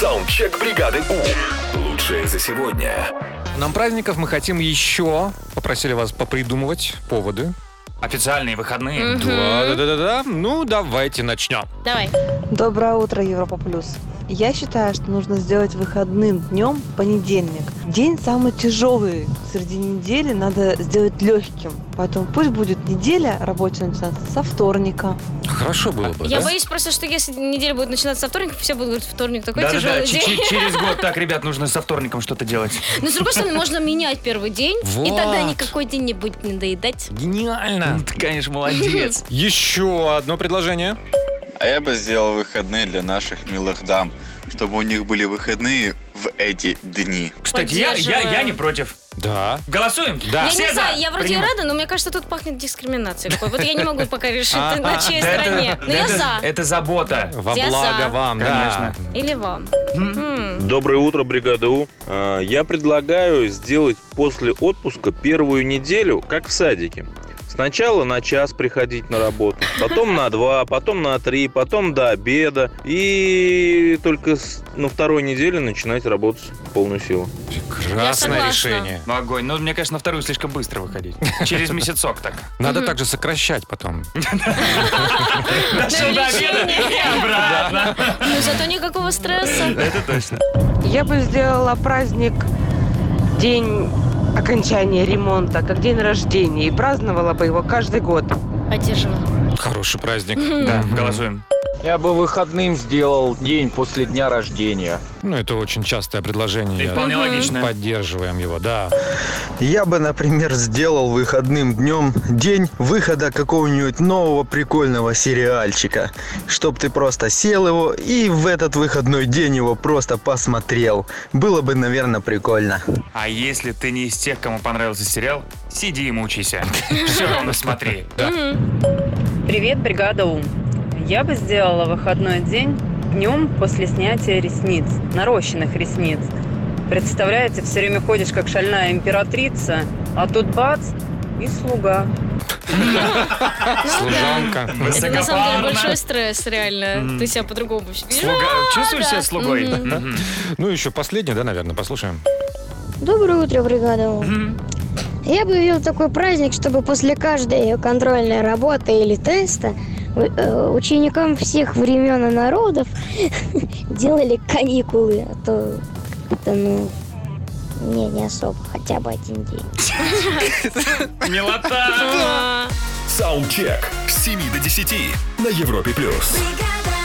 Саундчек бригады У. Лучшее за сегодня. Нам праздников мы хотим еще. Попросили вас попридумывать поводы. Официальные выходные. Да, да, да, да, да. Ну, давайте начнем. Давай. Доброе утро, Европа Плюс. Я считаю, что нужно сделать выходным днем понедельник. День самый тяжелый среди недели, надо сделать легким. Поэтому пусть будет неделя, рабочая начинаться со вторника. Хорошо было бы, Я да? боюсь просто, что если неделя будет начинаться со вторника, все будут говорить, вторник такой Да-да-да, тяжелый че- день. че- через год. Так, ребят, нужно со вторником что-то делать. Но с другой стороны, можно менять первый день, Вот. и тогда никакой день не будет надоедать. Ну, Гениально. Ты, конечно, молодец. Еще одно предложение. А я бы сделал выходные для наших милых дам, чтобы у них были выходные в эти дни. Кстати, я, я, я не против. Да. Голосуем? Да. я Все не за. знаю, я вроде и Принимаю. рада, но мне кажется, тут пахнет дискриминацией какой. Вот я не могу пока решить, э, А, на а, чьей Да это- стороне. Но да я это- за. Это забота. Во Я благо за. вам, да. Конечно. Или вам. М. Доброе утро, бригада У. А, Я предлагаю сделать после отпуска первую неделю, как в садике. Сначала на час приходить на работу, потом на два, потом на три, потом до обеда. И только с- на второй неделе начинать работать в полную силу. Я Прекрасное согласна. решение. Ну, Огонь. Ну, мне, конечно, на вторую слишком быстро выходить. Через месяцок так. Надо также сокращать потом. Дошел до обеда и обратно. Но Ну, зато никакого стресса. Это точно. Я бы сделала праздник день окончания ремонта, как день рождения, и праздновала бы его каждый год. Поддерживаю. Хороший праздник. Да, голосуем. Я бы выходным сделал день после дня рождения. Ну, это очень частое предложение. И Я вполне логично. Поддерживаем его, да. Ну Я бы, например, сделал выходным днем день выхода какого-нибудь нового прикольного сериальчика, чтоб ты просто сел его и в этот выходной день его просто посмотрел. Было бы, наверное, прикольно. А если ты не из тех, кому понравился сериал, сиди и мучайся. Все равно смотри. Привет, бригада У. Я бы сделала выходной день днем после снятия ресниц, нарощенных ресниц. Представляете, все время ходишь как шальная императрица, а тут бац и слуга. Ну, Служанка. Это на самом деле Высокопарно. большой стресс, реально. Мгм. Ты себя по-другому вообще Слуга. Чувствуешь себя слугой? Ну Мгм. Мгм. Ну, еще последнее, да, наверное, послушаем. Доброе утро, бригада. Мгм. Я бы ввел такой праздник, чтобы после каждой контрольной работы или теста э, ученикам всех времен и народов делали каникулы, а то как-то, ну, не, не особо, хотя бы один день. Милота. А. Саундчек с 7 до 10 на Европе+. плюс. Бригада